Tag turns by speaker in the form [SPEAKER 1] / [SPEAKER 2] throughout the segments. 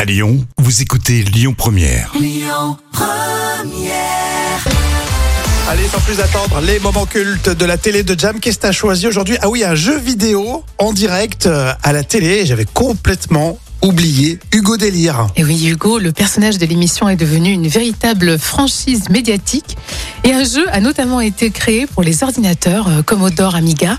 [SPEAKER 1] À Lyon, vous écoutez Lyon Première.
[SPEAKER 2] Allez, sans plus attendre, les moments cultes de la télé de Jam. Qu'est-ce que t'as choisi aujourd'hui Ah oui, un jeu vidéo en direct euh, à la télé. J'avais complètement oublié Hugo Délire.
[SPEAKER 3] Et oui, Hugo, le personnage de l'émission est devenu une véritable franchise médiatique. Et un jeu a notamment été créé pour les ordinateurs euh, Commodore Amiga.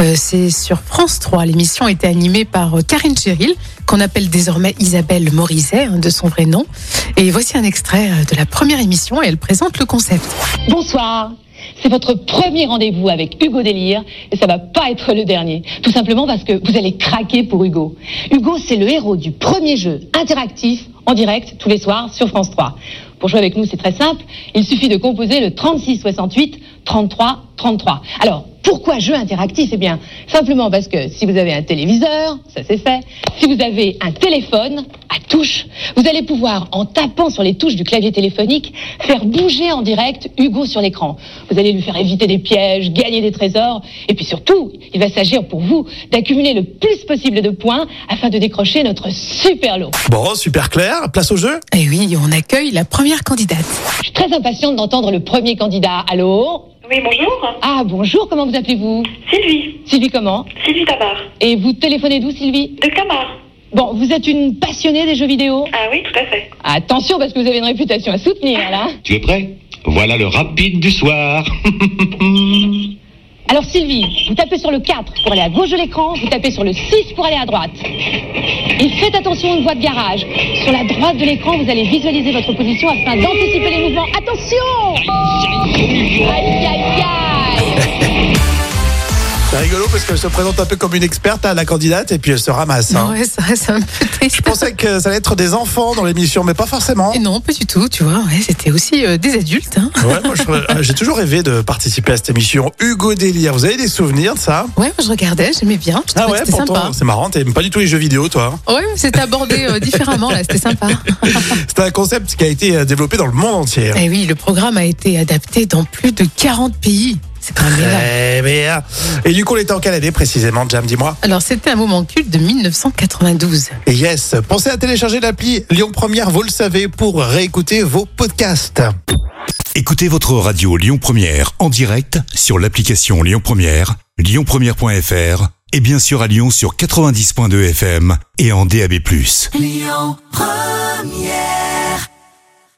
[SPEAKER 3] Euh, C'est sur France 3. L'émission était animée par euh, Karine Chéril, qu'on appelle désormais Isabelle Morizet, hein, de son vrai nom. Et voici un extrait euh, de la première émission et elle présente le concept.
[SPEAKER 4] Bonsoir. C'est votre premier rendez-vous avec Hugo Délire et ça va pas être le dernier. Tout simplement parce que vous allez craquer pour Hugo. Hugo, c'est le héros du premier jeu interactif en direct tous les soirs sur France 3. Pour jouer avec nous, c'est très simple. Il suffit de composer le 36 68 33 33. Alors, pourquoi jeu interactif Eh bien, simplement parce que si vous avez un téléviseur, ça c'est fait, si vous avez un téléphone à touche, vous allez pouvoir, en tapant sur les touches du clavier téléphonique, faire bouger en direct Hugo sur l'écran. Vous allez lui faire éviter des pièges, gagner des trésors, et puis surtout, il va s'agir pour vous d'accumuler le plus possible de points afin de décrocher notre super lot.
[SPEAKER 2] Bon, super clair. Place au jeu
[SPEAKER 3] Et oui, on accueille la première candidate.
[SPEAKER 4] Je suis très impatiente d'entendre le premier candidat. Allô
[SPEAKER 5] Oui, bonjour.
[SPEAKER 4] Ah, bonjour, comment vous appelez-vous
[SPEAKER 5] Sylvie.
[SPEAKER 4] Sylvie comment
[SPEAKER 5] Sylvie Tabar.
[SPEAKER 4] Et vous téléphonez d'où, Sylvie
[SPEAKER 5] De Camar.
[SPEAKER 4] Bon, vous êtes une passionnée des jeux vidéo
[SPEAKER 5] Ah oui, tout à fait.
[SPEAKER 4] Attention, parce que vous avez une réputation à soutenir, là.
[SPEAKER 6] Tu es prêt Voilà le rapide du soir.
[SPEAKER 4] Alors, Sylvie, vous tapez sur le 4 pour aller à gauche de l'écran, vous tapez sur le 6 pour aller à droite. Et faites attention aux voie de garage. Sur la droite de l'écran, vous allez visualiser votre position afin d'anticiper les mouvements. Attention Aïe, aïe, aïe
[SPEAKER 2] C'est rigolo parce qu'elle se présente un peu comme une experte, hein, la candidate, et puis elle se ramasse. hein.
[SPEAKER 3] Ouais, ça reste un peu triste.
[SPEAKER 2] Je pensais que ça allait être des enfants dans l'émission, mais pas forcément.
[SPEAKER 3] Et non, pas du tout, tu vois. Ouais, C'était aussi euh, des adultes. Hein.
[SPEAKER 2] Ouais, moi, je- j'ai toujours rêvé de participer à cette émission. Hugo Délire, vous avez des souvenirs de ça
[SPEAKER 3] Ouais, moi, je regardais, j'aimais bien. Je trouvais
[SPEAKER 2] Ah
[SPEAKER 3] que
[SPEAKER 2] ouais,
[SPEAKER 3] c'était sympa.
[SPEAKER 2] pourtant, c'est marrant, t'aimes pas du tout les jeux vidéo, toi. hein
[SPEAKER 3] Ouais, mais c'était abordé euh, différemment, là, c'était sympa.
[SPEAKER 2] C'est un concept qui a été euh, développé dans le monde entier.
[SPEAKER 3] Et Eh oui, le programme a été adapté dans plus de 40 pays. C'est quand même énorme.
[SPEAKER 2] Eh bien. Et du coup, on était en quelle année précisément, Jam, dis-moi
[SPEAKER 3] Alors, c'était un moment culte de 1992.
[SPEAKER 2] Et Yes, pensez à télécharger l'appli Lyon Première, vous le savez, pour réécouter vos podcasts.
[SPEAKER 1] Écoutez votre radio Lyon Première en direct sur l'application Lyon Première, lyonpremière.fr et bien sûr à Lyon sur 90.2 FM et en DAB+.